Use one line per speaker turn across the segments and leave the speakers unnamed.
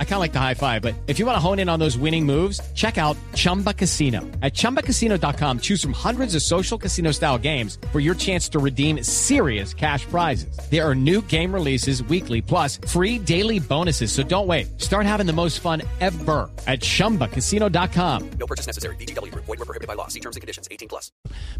I kind of like the high five, but if you want to hone in on those winning moves, check out Chumba Casino. At chumbacasino.com, choose from hundreds of social casino style games for your chance to redeem serious cash prizes. There are new game releases weekly, plus free daily bonuses. So don't wait. Start having the most fun ever at chumbacasino.com.
No purchase necessary. BGW. Void were prohibited by law. See terms and conditions. 18 plus.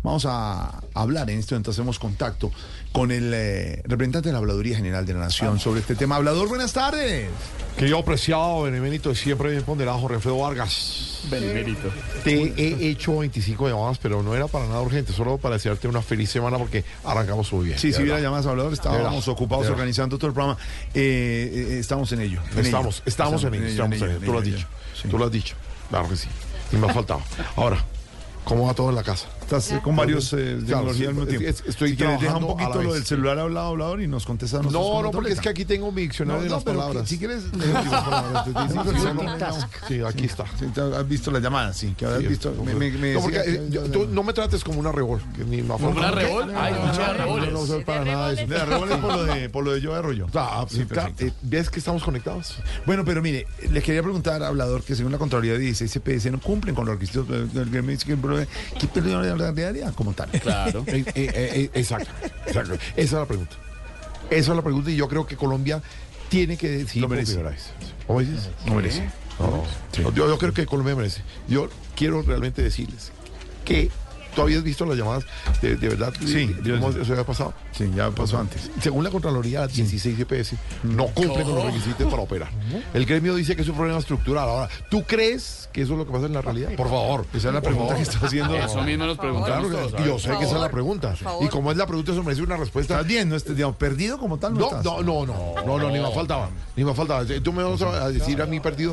Vamos a hablar en esto, entonces hacemos contacto con el eh, representante de la Habladuría General de la Nación
Ah.
sobre este tema. Hablador, buenas tardes.
Que yo apreciado, Benemérito, y siempre bien ponderado, Jorge Alfredo Vargas. Benemérito. Te he hecho 25 llamadas, pero no era para nada urgente, solo para desearte una feliz semana porque arrancamos muy bien.
Sí,
de
si hubiera
verdad.
llamadas Hablador, estábamos
verdad.
ocupados
De verdad.
organizando todo el programa. Eh, eh, estamos en ello. en
Estamos,
ello.
estamos en ello, estamos en ello. Tú lo has
en
dicho,
ello. Sí.
tú lo has dicho. Claro que sí. Y me ha faltado. Ahora, ¿cómo va todo en la casa?
Estás eh, con varios eh,
Claro,
tecnologías
sí,
al mismo
es-
tiempo.
es- estoy
Si quieres, deja un
trabajando a
poquito
la
lo
vez.
del celular hablado, hablador y nos contestas nosotros
No,
con
no,
otra
porque es
letra.
que aquí tengo mi diccionario
No,
de
no,
las
pero
palabras.
que- si quieres, eh, digo, por favor, te- te- te-
Sí, aquí está.
Sí, te- has visto la llamada, sí, que habrás
Sí,
visto.
no,
me- me- me
no, porque,
decía
eh,
que-
yo- tú no me trates como una rebol. que ni me
¿Como una
afronto.
rebol?
¿Qué?
Ay, muchas
No, no,
reboles.
No, no soy para nada de eso.
De la Revolt es por lo de, por lo de yo arroyo.
este Ah,
Sí,
está-
perfecto.
eh, ¿Ves que estamos conectados?
Bueno, pero mire, les quería preguntar, hablador, que según la Contraloría de 16 CPS no cumplen con los requisitos del del gremio que provee- que perdieron la realidad como tal.
Claro. eh, exacto, exacto. Esa es la pregunta. Esa es la pregunta y yo creo que Colombia tiene que decidir
Lo
por
merece.
primera vez. ¿Cómo dices?
No merece.
No, yo, yo creo que Colombia merece. Yo quiero realmente decirles que tú habías visto las llamadas de, de verdad.
Sí,
de- de
yo-
¿Cómo eso había pasado?
Sí, ya pasó antes.
Según la Contraloría, 16 GPS no cumple con los requisitos para operar. El gremio dice que es un problema estructural. Ahora, ¿tú crees que eso es lo que pasa en la realidad? Por favor.
Esa es la
por
pregunta
favor.
que está haciendo.
Eso mismo nos
Claro
preguntaron.
que
ustedes,
yo sé que esa es la
favor,
pregunta.
por favor.
Y como es la pregunta, eso merece una respuesta.
Estás este bien, no estás digamos, perdido como tal, no,
No,
estás.
no, no, no, no, no, ni me faltaba, ni me faltaba. Tú me vas a decir a mí perdido.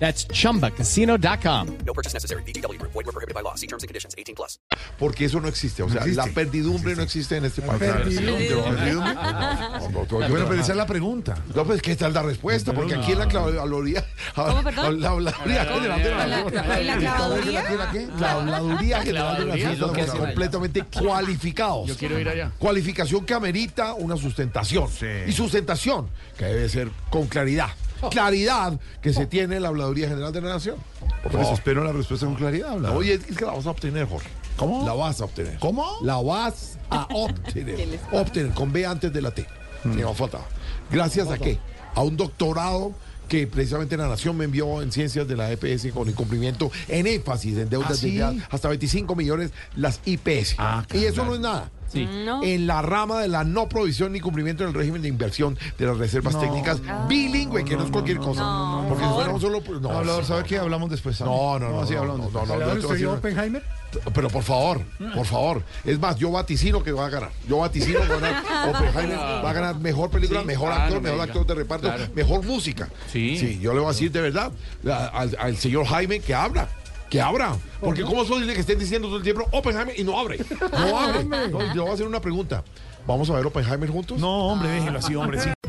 That's chumbacasino.com.
No purchase necessary. BGW. Void were prohibited by law. See terms and conditions. 18 plus.
Porque eso no existe. O sea,
existe.
la perdidumbre no existe en este país.
Perdido. Perdido. Bueno, pero esa es la pregunta.
No, pues que esta es la respuesta, porque aquí en la clavadoría. ¿Cómo,
perdón?
La habladuría general de la
¿La-
nación.
la- la clavaduría?
¿La- la- qué? La habladuría general de la nación.
Clavaduría es lo
Estamos
que hacen allá.
completamente cualificados.
Yo quiero ir allá.
Cualificación que amerita una sustentación. Y sustentación que debe ser con claridad. Claridad que se tiene en la habladuría general de la nación. Por
Pues
favor.
espero la respuesta con claridad, hablador.
Oye, es que la vas a obtener, Jorge.
Ah. ¿Cómo?
La vas a obtener.
¿Cómo?
La vas a obtener. obtener, con B antes de la T.
Mm.
Ni nos faltaba. Gracias a qué? A un doctorado que precisamente la Nación me envió en ciencias de la EPS con incumplimiento en énfasis en deudas
¿Ah, sí?
de ya hasta 25 millones las IPS.
Ah,
y eso no es nada.
No.
En la rama de la no provisión ni cumplimiento del régimen de inversión de las reservas
No,
técnicas bilingüe, que no, es cualquier cosa.
no, no,
porque
no.
si fuéramos solo. No,
Hablador, ¿sabes qué? Hablamos después. ¿sabe?
No, no, no,
sí,
no,
hablamos
no,
después.
no, no, yo te voy a decir-
Oppenheimer?
Pero por favor, por favor. Es más, yo vaticino que va a ganar. Yo vaticino que va a ganar. Oppenheimer va a ganar mejor película,
Sí,
mejor
ah,
actor,
no me
mejor
diga.
actor de reparto,
Claro.
mejor música.
Sí.
yo le voy a decir de verdad a- al, al señor Jaime que abra. Que abra. Porque ¿cómo es posible que estén diciendo todo el tiempo Oppenheimer y no abre? No abre. No, yo voy a hacer una pregunta. ¿Vamos a ver Oppenheimer juntos?
No, hombre, déjelo así, hombre, sí.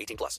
18 plus.